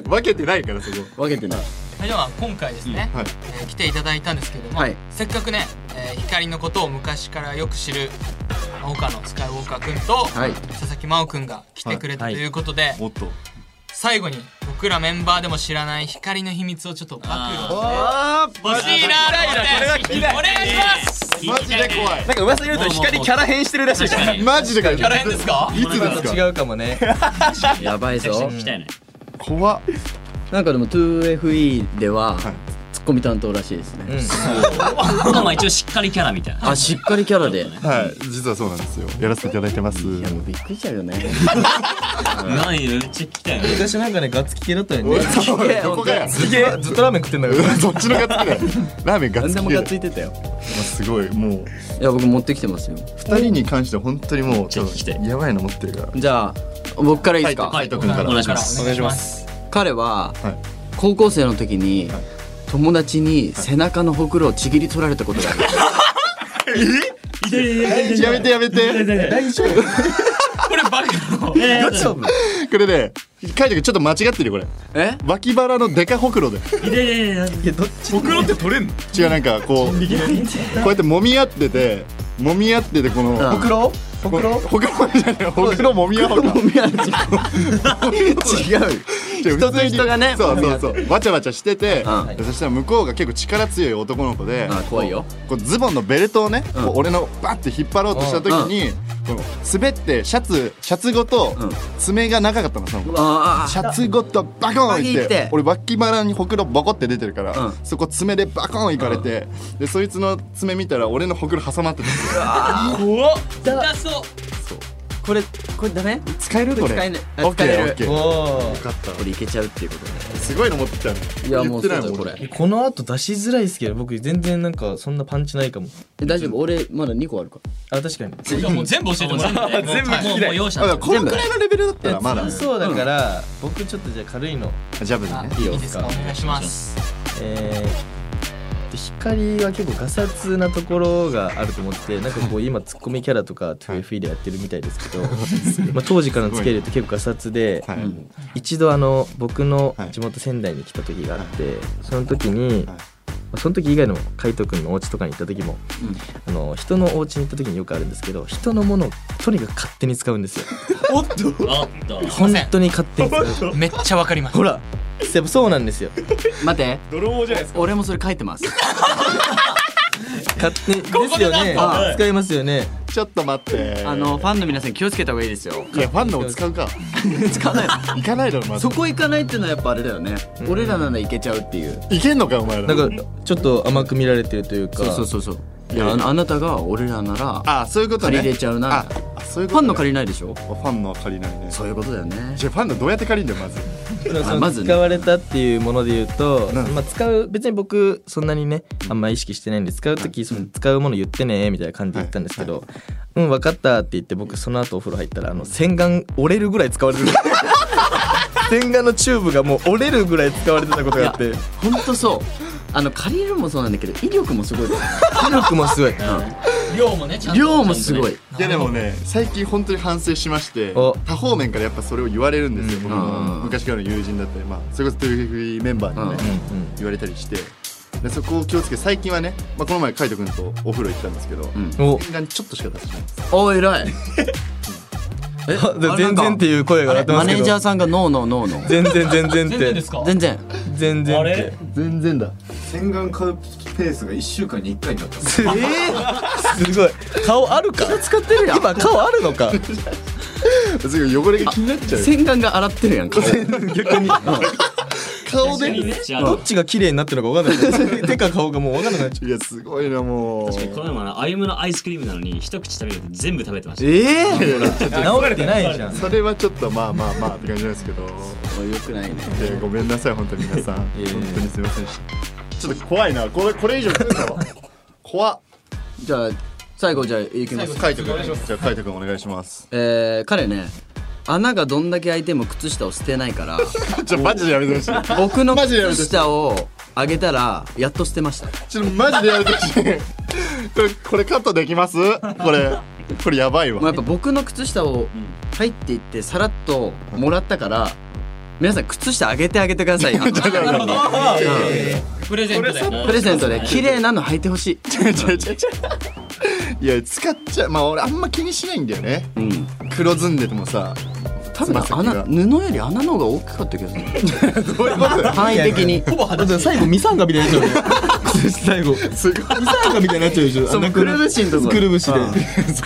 [SPEAKER 4] 分けてないからそこ
[SPEAKER 3] わけてない
[SPEAKER 7] はいでは今回ですね、
[SPEAKER 4] はい
[SPEAKER 7] えー来ていただいたんですけれども、
[SPEAKER 3] はい
[SPEAKER 7] せっかくね、えー光のことを昔からよく知る岡野スカイウォーカー君と、
[SPEAKER 3] はい
[SPEAKER 7] 佐々木真央君が来てくれた
[SPEAKER 5] は
[SPEAKER 7] と
[SPEAKER 5] い
[SPEAKER 7] いうことで、
[SPEAKER 4] もっと
[SPEAKER 7] 最後に僕らメンバーでも知らない光の秘密をちょっと暴露してほしいなと思ってお願いします
[SPEAKER 4] マジで怖い
[SPEAKER 5] なんか噂によると光キャラ変してるらしい
[SPEAKER 6] 確
[SPEAKER 5] から
[SPEAKER 6] か
[SPEAKER 5] い
[SPEAKER 6] に
[SPEAKER 4] マジで怖い
[SPEAKER 7] キャラ変ですか
[SPEAKER 4] いつ
[SPEAKER 5] つ
[SPEAKER 4] ですか
[SPEAKER 5] 違うかも ね
[SPEAKER 3] やばいぞ
[SPEAKER 6] 聞きたいね
[SPEAKER 4] 怖っ
[SPEAKER 3] なんかでも 2FE では
[SPEAKER 4] い
[SPEAKER 3] ツッコミ担当らしいですね、
[SPEAKER 6] まあまあ一応しっかりキャラみたいな
[SPEAKER 3] あしっかりキャラでい
[SPEAKER 4] はい実はそうなんですよやらせていただいてます
[SPEAKER 3] やもうびっくりしちゃうよね
[SPEAKER 6] 何めっちゃ聞きたいね
[SPEAKER 5] 昔なんかねガッツキ系だったよね
[SPEAKER 4] そうどこがや
[SPEAKER 5] すげえずっとラーメン食ってんだけど
[SPEAKER 4] そっちのガッツキだよラーメンガッ
[SPEAKER 3] 何
[SPEAKER 4] ツ
[SPEAKER 3] でも
[SPEAKER 4] キ
[SPEAKER 3] が
[SPEAKER 4] だ
[SPEAKER 3] ついてたよ
[SPEAKER 4] すごいもう
[SPEAKER 3] いや僕持ってきてますよ
[SPEAKER 4] 二人に関しては本当にもうちょっ
[SPEAKER 6] ちょっと聞き
[SPEAKER 4] と
[SPEAKER 6] たい
[SPEAKER 4] やばいの持ってるから
[SPEAKER 3] じゃあ僕からいいですか、
[SPEAKER 4] 海斗君から
[SPEAKER 6] お願いします
[SPEAKER 7] お願いします
[SPEAKER 3] 彼は
[SPEAKER 4] はい
[SPEAKER 3] 高校生の時に友達に背中のほくろをちぎり取られたことがある
[SPEAKER 4] やめてやめて
[SPEAKER 7] これバカの
[SPEAKER 5] 大丈夫
[SPEAKER 4] これね海斗君ちょっと間違ってるよこれ
[SPEAKER 3] え
[SPEAKER 4] 脇腹のデカほくろで
[SPEAKER 5] いやどっち僕のって取れんの
[SPEAKER 4] 違うなんかこうこうやって揉み合ってて揉み合っててこの
[SPEAKER 5] ほ くろほくろ
[SPEAKER 4] ほくろじゃないほくろもみ合うか違う
[SPEAKER 3] 人と人がね
[SPEAKER 4] そうそうそうわちゃわちゃしてて、
[SPEAKER 3] う
[SPEAKER 4] そしたら向こうが結構力強い男の子で、
[SPEAKER 3] あ 怖いよ
[SPEAKER 4] こうズボンのベルトをね、こう俺のバッて引っ張ろうとした時に、この滑ってシャツシャツごと
[SPEAKER 3] うん
[SPEAKER 4] 爪が長かったのその子
[SPEAKER 3] あ
[SPEAKER 4] シャツごとバコーンいって
[SPEAKER 3] バキって
[SPEAKER 4] 俺脇腹にほくろボコって出てるから、
[SPEAKER 3] うん
[SPEAKER 4] そこ爪でバコーンいかれて、でそいつの爪見たら俺のほくろ挟まってた
[SPEAKER 7] 痛そう
[SPEAKER 3] あこれこれダメ
[SPEAKER 4] 使えるこれ
[SPEAKER 3] 使えねあ
[SPEAKER 4] オッケー
[SPEAKER 3] 使える
[SPEAKER 4] オッケー
[SPEAKER 5] お
[SPEAKER 4] よかった
[SPEAKER 3] これいけちゃうっていうこと
[SPEAKER 4] すごいの持ってきたね
[SPEAKER 3] でいやもうそうだ
[SPEAKER 4] 言
[SPEAKER 3] よ
[SPEAKER 4] って
[SPEAKER 3] こ
[SPEAKER 4] ないもん
[SPEAKER 3] れ
[SPEAKER 5] この後出しづらいですけど僕全然なんかそんなパンチないかも
[SPEAKER 3] え大丈夫俺まだ2個あるか
[SPEAKER 5] あ確かに
[SPEAKER 7] じゃあもう全部教えてもらって
[SPEAKER 5] 全部聞きたい
[SPEAKER 7] もうもう容赦
[SPEAKER 4] あ
[SPEAKER 7] な
[SPEAKER 4] だ
[SPEAKER 7] い
[SPEAKER 4] からこのくらいのレベルだったらまだ
[SPEAKER 5] そうだから僕ちょっとじゃあ軽いの
[SPEAKER 4] ジャブでね
[SPEAKER 7] いいですかお願いします
[SPEAKER 5] えーで光は結構ガサツなところがあると思ってなんか こう今ツッコミキャラとか 2FE でやってるみたいですけど、 まあ、当時からのつけるって結構ガサツで、
[SPEAKER 4] はい
[SPEAKER 5] 一度あの僕の
[SPEAKER 4] はい
[SPEAKER 5] 地元仙台に来た時があって、その時に、
[SPEAKER 4] は
[SPEAKER 5] ま
[SPEAKER 4] い
[SPEAKER 5] あその時以外の海斗君のお家とかに行った時も、あの人のお家に行った時によくあるんですけど人のものをとにかく勝手に使うんですよ
[SPEAKER 6] あった
[SPEAKER 5] 本当に勝手に使う
[SPEAKER 7] めっちゃわかります
[SPEAKER 5] ほらやっぱそうなんですよ
[SPEAKER 3] 待って泥棒じゃないですか俺もそれ書いてます
[SPEAKER 5] 勝手にですよね
[SPEAKER 3] あ
[SPEAKER 5] 使いますよね
[SPEAKER 4] ちょっと待って
[SPEAKER 3] あのファンの皆さん気をつけた方がいいです よ
[SPEAKER 4] いやファンのを使うか
[SPEAKER 3] 使わないの
[SPEAKER 4] 行かないだろまず
[SPEAKER 3] そこ行かないっていうのはやっぱあれだよね、俺らならいけちゃうっていう
[SPEAKER 4] いけんのかお前ら
[SPEAKER 5] なんかちょっと甘く見られてるという
[SPEAKER 3] そ
[SPEAKER 5] か
[SPEAKER 3] うそうそうそういやあのあなたが俺らなら
[SPEAKER 4] あそういうことね
[SPEAKER 3] 借りれちゃうな
[SPEAKER 4] ああそういうこ
[SPEAKER 3] ファ
[SPEAKER 4] と
[SPEAKER 3] ン
[SPEAKER 4] ね
[SPEAKER 3] の借りないでしょ
[SPEAKER 4] ファンのは借りないね
[SPEAKER 3] そういうことだよね
[SPEAKER 4] じゃあファンのどうやって借りんだよまず
[SPEAKER 5] だからその
[SPEAKER 3] まずね
[SPEAKER 5] 使われたっていうもので言うと、
[SPEAKER 4] ん
[SPEAKER 5] まあ、使う別に僕そんなにねあんま意識してないんで使う時その使うもの言ってねみたいな感じで言ったんですけど「うん分かった」って言って僕その後お風呂入ったらあの洗顔折れるぐらい使 われてる洗顔のチューブがもう折れるぐらい使われてたことがあって
[SPEAKER 3] ほんとそうあの借りるもそうなんだけど威力もすごい
[SPEAKER 5] 威力もすごい
[SPEAKER 7] 量もねちゃんと
[SPEAKER 3] 量もすごい
[SPEAKER 4] いやでもね最近本当に反省しまして
[SPEAKER 5] お
[SPEAKER 4] 多方面からやっぱそれを言われるんですよ、僕
[SPEAKER 3] うん
[SPEAKER 4] の昔からの友人だったりまあそれこそ 2FE メンバーにもね、
[SPEAKER 5] うんうん
[SPEAKER 4] 言われたりしてでそこを気をつけて最近はね、まあ、この前海斗君とお風呂行ったんですけど、
[SPEAKER 3] ん
[SPEAKER 5] お
[SPEAKER 4] 洗顔ちょっとしか出してないんです
[SPEAKER 3] おー偉いえ
[SPEAKER 5] あ 全然って
[SPEAKER 3] う
[SPEAKER 5] いう声が上がってま
[SPEAKER 3] マ
[SPEAKER 5] す
[SPEAKER 3] ネー
[SPEAKER 5] けど
[SPEAKER 3] ジャーさんがノーノーノーノー
[SPEAKER 5] 全然全然っ
[SPEAKER 7] 全然で
[SPEAKER 5] て
[SPEAKER 7] すか
[SPEAKER 3] 全然
[SPEAKER 5] 全然って
[SPEAKER 4] 全然だ
[SPEAKER 8] 洗顔買うペースが1週間に1回になった
[SPEAKER 5] えー、すごい顔あるか使ってるやん今顔あるのか
[SPEAKER 4] すごい汚れが気になっちゃう
[SPEAKER 3] 洗顔が洗ってるやんか
[SPEAKER 5] 逆に
[SPEAKER 4] 顔で
[SPEAKER 6] めっちゃあ
[SPEAKER 5] ど
[SPEAKER 6] の
[SPEAKER 5] っちが綺麗になってるのか分かんない手か顔がもう分かんなくなっちゃ
[SPEAKER 4] いやすごいなもう
[SPEAKER 6] 確かにこの前もあの歩夢のアイスクリームなのに一口食べると全部食べてました
[SPEAKER 3] ええ
[SPEAKER 5] う治ってないじゃん
[SPEAKER 4] それはちょっとまあまあまあって感じなんですけど
[SPEAKER 3] ー、よくないね
[SPEAKER 4] いやごめんなさい本当に皆さん本当にすいませんでしたちょっと怖いなこれこれ以上来るかわ怖っ
[SPEAKER 3] じゃあ最後じゃあいきます
[SPEAKER 4] 海斗君じゃあ海斗君お願いします
[SPEAKER 3] えー、彼ね穴がどんだけ開いても靴下を捨てないから
[SPEAKER 4] ちょマジでやめてほしい
[SPEAKER 3] 僕の
[SPEAKER 4] マジでやめてほ
[SPEAKER 3] 靴
[SPEAKER 4] しい
[SPEAKER 3] 下をあげたらやっと捨てました
[SPEAKER 4] ちょっとマジでやめてほしいこれこれカットできますこれこれやばい
[SPEAKER 3] もうや
[SPEAKER 4] わ
[SPEAKER 3] っぱ僕の靴下を入っていってさらっともらったから皆さん靴下あげてあげてくださいあの
[SPEAKER 7] プレゼントで
[SPEAKER 3] プレゼントで綺麗なの履いてほしい
[SPEAKER 4] いや使っちゃうまあ俺あんま気にしないんだよね
[SPEAKER 3] うん
[SPEAKER 4] 黒ずんでてもさ
[SPEAKER 3] 多分
[SPEAKER 4] つま先
[SPEAKER 3] 穴
[SPEAKER 4] が
[SPEAKER 3] 布より穴の方が大きかった気がする
[SPEAKER 4] どういうこと
[SPEAKER 3] 範囲的に
[SPEAKER 5] う最後ミサンガみたいになっちゃう最後
[SPEAKER 4] すごい
[SPEAKER 5] ミサがみたいになっちゃうでしょ
[SPEAKER 3] そのくるぶしんとこ
[SPEAKER 5] くるぶしで
[SPEAKER 4] そ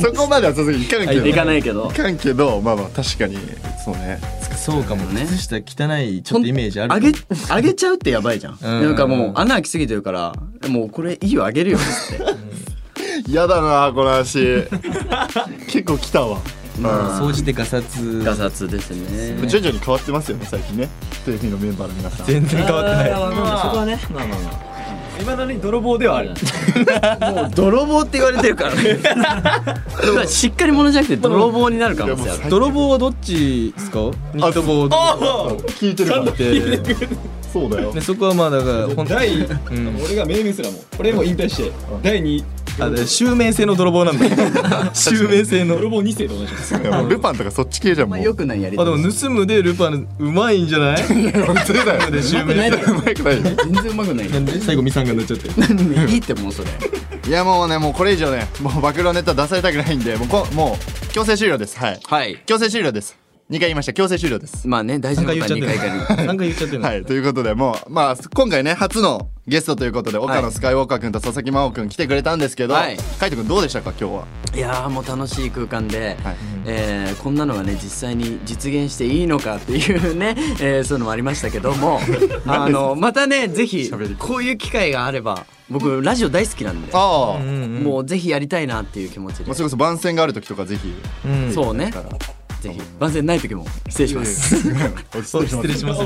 [SPEAKER 4] そこまではさすがにいかんけど
[SPEAKER 3] いかないけど
[SPEAKER 4] いかんけどまあまあ確かにそうね
[SPEAKER 5] そうかも
[SPEAKER 3] ね
[SPEAKER 5] 靴下汚いちょっとイメージある
[SPEAKER 3] あげあげちゃうってやばいじゃん、なんかもう穴開きすぎてるからもうこれいいよあげるよっつって
[SPEAKER 4] やだなこの 足結構来たわ
[SPEAKER 5] 掃除でガサツ
[SPEAKER 3] ガサツですね
[SPEAKER 4] 徐々に変わってますよね最近ねテレビのメンバーの皆さん
[SPEAKER 5] 全然変わってない
[SPEAKER 6] まあまあそこはねまあまあまあいまだに泥棒ではある
[SPEAKER 3] もう泥棒って言われてるからねでもしっかり者じゃなくて泥棒になる可能性ある
[SPEAKER 5] 泥棒はどっちですかニット帽
[SPEAKER 4] 聞いてるから
[SPEAKER 5] で
[SPEAKER 4] そうだよ
[SPEAKER 5] でそこはまあだから本当に
[SPEAKER 9] 俺がメインすらもう俺もう引退して第2
[SPEAKER 5] あで襲名性の泥棒なんだ襲名性の
[SPEAKER 9] 泥棒2世と同じです
[SPEAKER 4] いやもうルパンとかそっち系じゃんも
[SPEAKER 3] ま
[SPEAKER 4] う
[SPEAKER 3] あよくないやり
[SPEAKER 5] あで
[SPEAKER 3] 方
[SPEAKER 5] も盗むでルパンうまいんじゃない
[SPEAKER 4] 本当だよ
[SPEAKER 5] で襲名
[SPEAKER 3] だ
[SPEAKER 4] うまくないよ
[SPEAKER 3] 全然うまくない
[SPEAKER 5] なんで最後ミサンがなっちゃって
[SPEAKER 3] 何いいってもうそれ
[SPEAKER 4] いやもうねもうこれ以上ねもう暴露ネタ出されたくないんでもうこもう強制終了ですはい
[SPEAKER 3] はい
[SPEAKER 4] 強制終了です2回言いました強制終了です
[SPEAKER 3] まあね大事
[SPEAKER 5] なん
[SPEAKER 3] な
[SPEAKER 5] か
[SPEAKER 3] こ
[SPEAKER 5] 言
[SPEAKER 3] とは
[SPEAKER 5] っちゃって
[SPEAKER 3] 2回
[SPEAKER 5] る
[SPEAKER 3] か
[SPEAKER 5] なんか言っちゃってる
[SPEAKER 4] はいということでもうまあ今回ね初のゲストということで岡野スカイウォーカー君と佐々木真央君来てくれたんですけど、
[SPEAKER 3] はい
[SPEAKER 4] 海斗君どうでしたか今日は、
[SPEAKER 3] りいやーもう楽しい空間で、
[SPEAKER 4] はい
[SPEAKER 3] えーこんなのがね実際に実現していいのかっていうね、 えーそういうのもありましたけども あのまたねぜひこういう機会があれば僕ラジオ大好きなんで
[SPEAKER 4] ああ、も
[SPEAKER 3] もうぜひやりたいなっていう気持ちで
[SPEAKER 4] うそれこそ番宣がある時とかぜひ
[SPEAKER 3] そうねぜひ万全ない時も失礼します
[SPEAKER 4] 失
[SPEAKER 5] 失礼します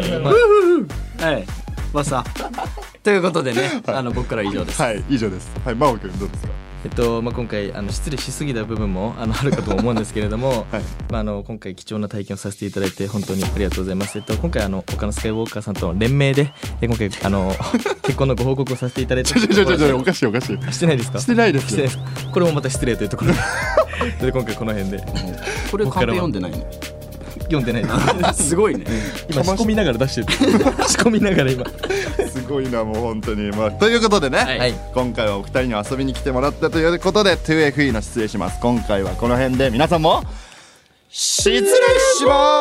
[SPEAKER 3] はいマスターということでねあの僕からは以上です
[SPEAKER 4] はい以上ですはい真央君どうですか
[SPEAKER 5] えっとまあ、今回あの失礼しすぎた部分もあの あるかと思うんですけれども、
[SPEAKER 4] はい
[SPEAKER 5] まあ、あの今回貴重な体験をさせていただいて本当にありがとうございます、えっと、今回あの岡野スカイウォーカーさんとの連名でえ今回あ の結婚のご報告をさせていただいて
[SPEAKER 4] ちょちょちょちょ おかしいおかしい
[SPEAKER 5] してないですか
[SPEAKER 4] してないです
[SPEAKER 5] してないですこれもまた失礼というところ でで今回この辺で
[SPEAKER 3] これカンペ読んでないの
[SPEAKER 5] 読んでないです
[SPEAKER 3] すごいね
[SPEAKER 5] 今仕込みながら出し てる仕込みながら今
[SPEAKER 4] すごいなもう本当にまあということでね、
[SPEAKER 5] はい
[SPEAKER 4] 今回はお二人に遊びに来てもらったということで 2FE の失礼します今回はこの辺で皆さんも失礼します